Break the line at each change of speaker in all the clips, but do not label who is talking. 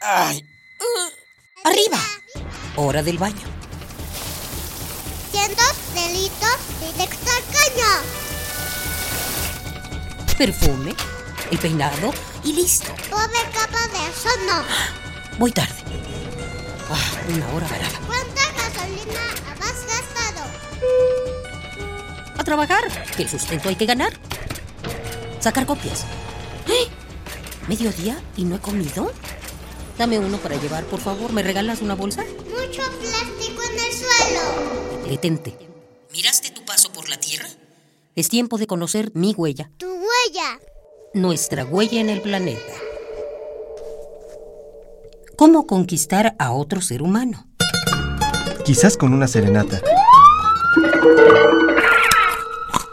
Ay. Arriba. Hora del baño.
Cientos delitos directo al caño.
Perfume, el peinado y listo.
Pobre capa de ozono.
Voy tarde. Ah, una hora varada.
¿Cuánta gasolina has gastado?
A trabajar, que el sustento hay que ganar. Sacar copias. ¡Eh! ¿Mediodía y no he comido? Dame uno para llevar, por favor. ¿Me regalas una bolsa?
Mucho plástico en el suelo.
Detente. ¿Miraste tu paso por la Tierra? Es tiempo de conocer mi huella,
Tu huella.
nuestra huella en el planeta. ¿Cómo conquistar a otro ser humano?
Quizás con una serenata.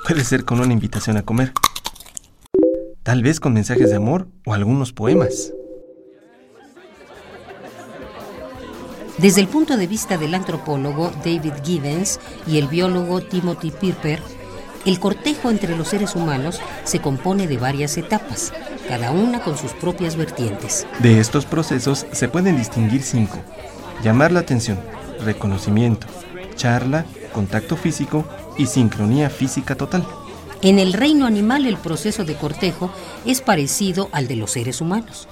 Puede ser con una invitación a comer. Tal vez con mensajes de amor o algunos poemas.
Desde el punto de vista del antropólogo David Giddens y el biólogo Timothy Piper, el cortejo entre los seres humanos se compone de varias etapas, cada una con sus propias vertientes.
De estos procesos se pueden distinguir cinco. Llamar la atención, reconocimiento, charla, contacto físico y sincronía física total.
En el reino animal el proceso de cortejo es parecido al de los seres humanos.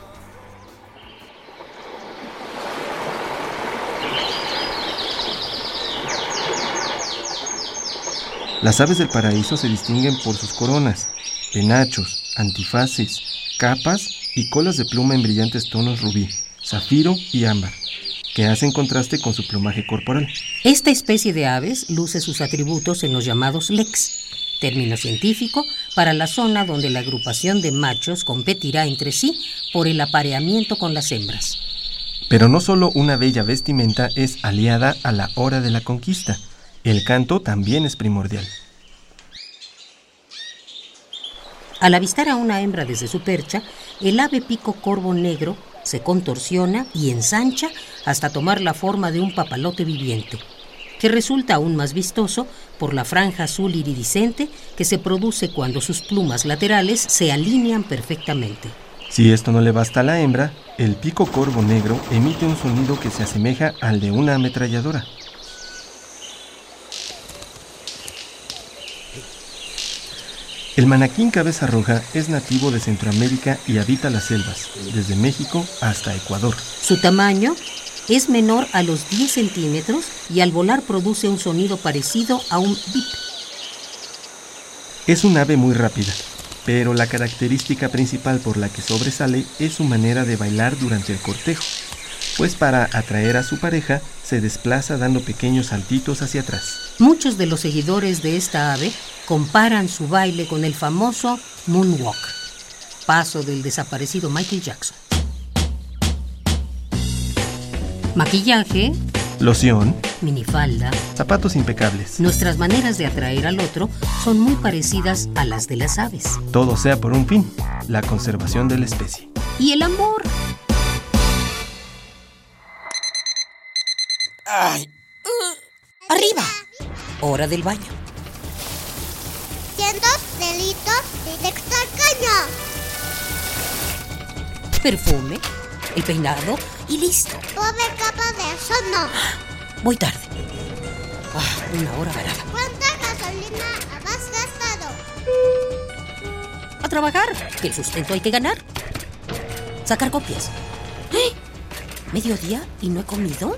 Las aves del paraíso se distinguen por sus coronas, penachos, antifaces, capas y colas de pluma en brillantes tonos rubí, zafiro y ámbar, que hacen contraste con su plumaje corporal.
Esta especie de aves luce sus atributos en los llamados lex, término científico para la zona donde la agrupación de machos competirá entre sí por el apareamiento con las hembras.
Pero no solo una bella vestimenta es aliada a la hora de la conquista, el canto también es primordial.
Al avistar a una hembra desde su percha, el ave pico corvo negro se contorsiona y ensancha hasta tomar la forma de un papalote viviente, que resulta aún más vistoso por la franja azul iridiscente que se produce cuando sus plumas laterales se alinean perfectamente.
Si esto no le basta a la hembra, el pico corvo negro emite un sonido que se asemeja al de una ametralladora. El manaquín cabeza roja es nativo de Centroamérica y habita las selvas, desde México hasta Ecuador.
Su tamaño es menor a los 10 centímetros y al volar produce un sonido parecido a un bip.
Es un ave muy rápida, pero la característica principal por la que sobresale es su manera de bailar durante el cortejo, pues para atraer a su pareja se desplaza dando pequeños saltitos hacia atrás.
Muchos de los seguidores de esta ave comparan su baile con el famoso moonwalk, paso del desaparecido Michael Jackson. Maquillaje,
Loción,
minifalda,
zapatos impecables,
nuestras maneras de atraer al otro son muy parecidas a las de las aves.
todo sea por un fin, la conservación de la especie.
Y el amor, arriba. Hora del baño.
Cientos delitos directo al caño.
Perfume, el peinado y listo.
Pobre capa de ozono.
Voy tarde. Ah, una hora varada.
¿Cuánta gasolina has gastado?
A trabajar, que el sustento hay que ganar. Sacar copias. ¡Eh! ¿Mediodía y no he comido?